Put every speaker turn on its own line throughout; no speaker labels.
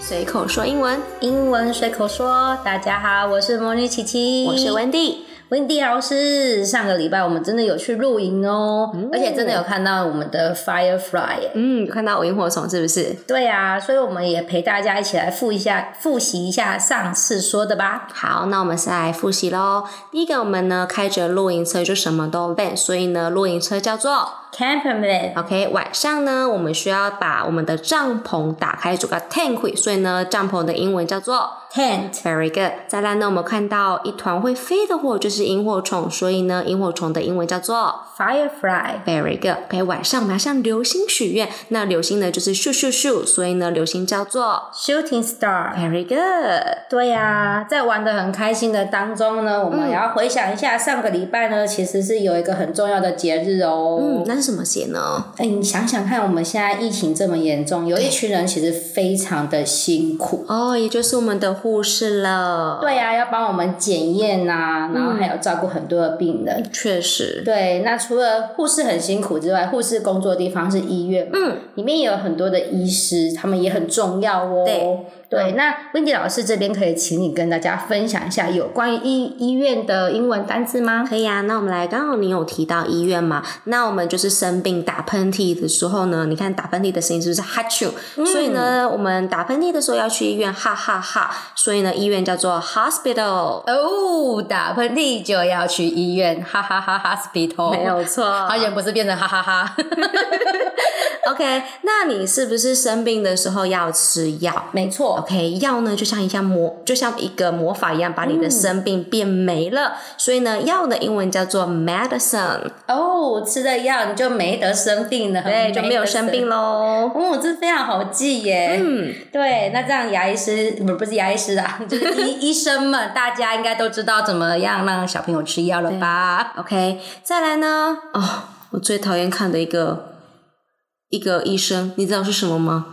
随口说英文，
英文随口说，大家好，我是魔女琪琪，
我是 Wendy。
温迪老师，上个礼拜我们真的有去露营哦，而且真的有看到我们的 Firefly 耶
嗯，有看到萤火虫是不是？
对啊，所以我们也陪大家一起来复一下复习一下上次说的吧。
好，那我们先来复习喽。第一个，我们呢开着露营车就什么都 van，所以呢露营车叫做
Camperman，
OK。晚上呢我们需要把我们的帐篷打开，做个 tent，所以呢帐篷的英文叫做
tent，
very good。再来呢我们看到一团会飞的火就是萤火虫，所以呢萤火虫的英文叫做
firefly，
very good。OK，晚上我们要向流星许愿，那流星呢就是咻咻咻，所以呢流星叫做
shooting star。
very good。
对呀、在玩的很开心的当中呢，我们也要回想一下上个礼拜呢，其实是有一个很重要的节日哦。
嗯，那是什么鞋呢？
哎，你想想看，我们现在疫情这么严重，有一群人其实非常的辛苦。
哦，也就是我们的护士了。，
对呀、要帮我们检验呐、然后还有照顾很多的病人。
确实。
对，那除了护士很辛苦之外，护士工作的地方是医院嘛，
嗯，
里面也有很多的医师，他们也很重要哦。
对
对那 Wendy 老师这边可以请你跟大家分享一下有关于医医院的英文单字吗？
可以啊，那我们来，刚好你有提到医院嘛？那我们就是生病打喷嚏的时候呢，你看打喷嚏的声音是不是哈啾？所以呢，我们打喷嚏的时候要去医院，哈哈哈所以呢，医院叫做 hospital，
哦，打喷嚏就要去医院，哈哈哈哈，hospital，
没有错。
好险不是变成哈哈哈
OK，那你是不是生病的时候要吃药？
没错，
OK，药呢就像一项魔，就像一个魔法一样，把你的生病变没了。所以呢，药的英文叫做 medicine，
哦，吃了药你就没得生病了，
对，就没有生病
了。
喽。
哦，这非常好记耶。
嗯，
对，那这样牙医师不不是牙医师啊， 就是医医生们，大家应该都知道怎么样让小朋友吃药了吧？
OK，再来呢？哦，我最讨厌看的一个一个医生，你知道是什么吗？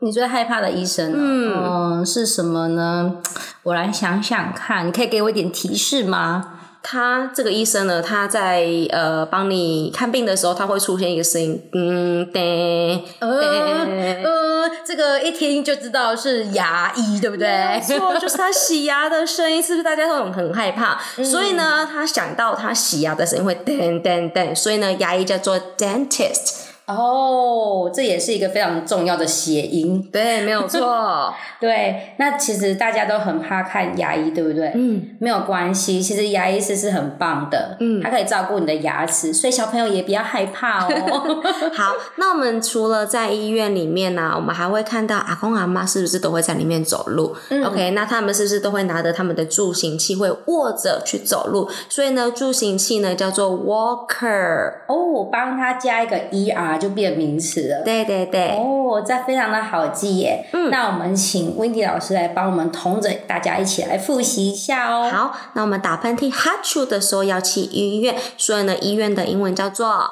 你最害怕的医生、嗯是什么呢？我来想想看，你可以给我一点提示吗？
他这个医生呢，他在呃帮你看病的时候，他会出现一个声音，嗯，对，对
呃，这个一听就知道是牙医，对不对
没？错，就是他洗牙的声音，是不是大家都很很害怕？所以呢，他想到他洗牙的声音会噔噔噔，所以呢，牙医叫做 dentist。
哦，这也是一个非常重要的谐音。
对，没有错。
对，那其实大家都很怕看牙医，对不 对？
嗯，
没有关系，其实牙医师是很棒的，
嗯
他可以照顾你的牙齿，所以小朋友也不要害怕哦。
好，那我们除了在医院里面呢、我们还会看到阿公阿妈是不是都会在里面走路、o k 那他们是不是都会拿着他们的助行器，会握着去走路？所以呢，助行器呢叫做 walker。
哦，帮他加一个 er 就变名词了。
对对对。
哦，这非常的好记耶。
嗯
那我们请 Wendy 老师来帮我们同着大家一起来复习一下哦。
好，那我们打喷嚏哈啾的时候要去医院，所以呢，医院的英文叫做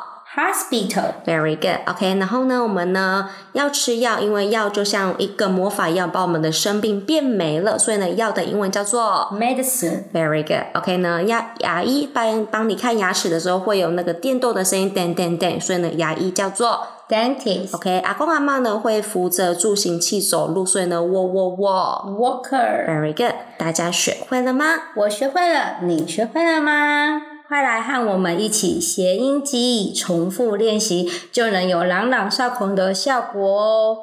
Hospital，
very good。OK，然后呢，我们呢要吃药，因为药就像一个魔法一样，把我们的生病变没了，所以呢，药的英文叫做
medicine，
very good。OK 呢，牙牙医帮帮你看牙齿的时候会有那个电动的声音，噔噔噔，所以呢，牙医叫做
dentist，
OK。阿公阿妈呢会扶着助行器走路，所以呢，喔喔喔
walker。
，very good。大家学会了吗？
我学会了，你学会了吗？快来和我们一起谐音记忆，重复练习，就能有朗朗上口的效果哦。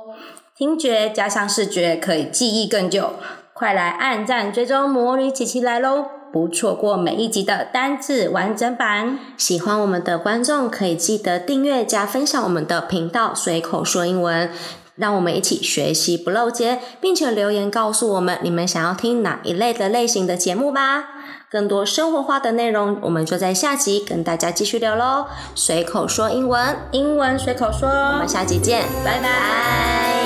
听觉加上视觉，可以记忆更久。快来按赞追踪魔女琪琪来喽，不错过每一集的单字完整版。
喜欢我们的观众可以记得订阅加分享我们的频道，随口说英文，让我们一起学习不漏接，并且留言告诉我们你们想要听哪一类的类型的节目吧。更多生活化的内容，我们就在下集跟大家继续聊喽。随口说英文，
英文随口说，
我们下集见，
拜拜。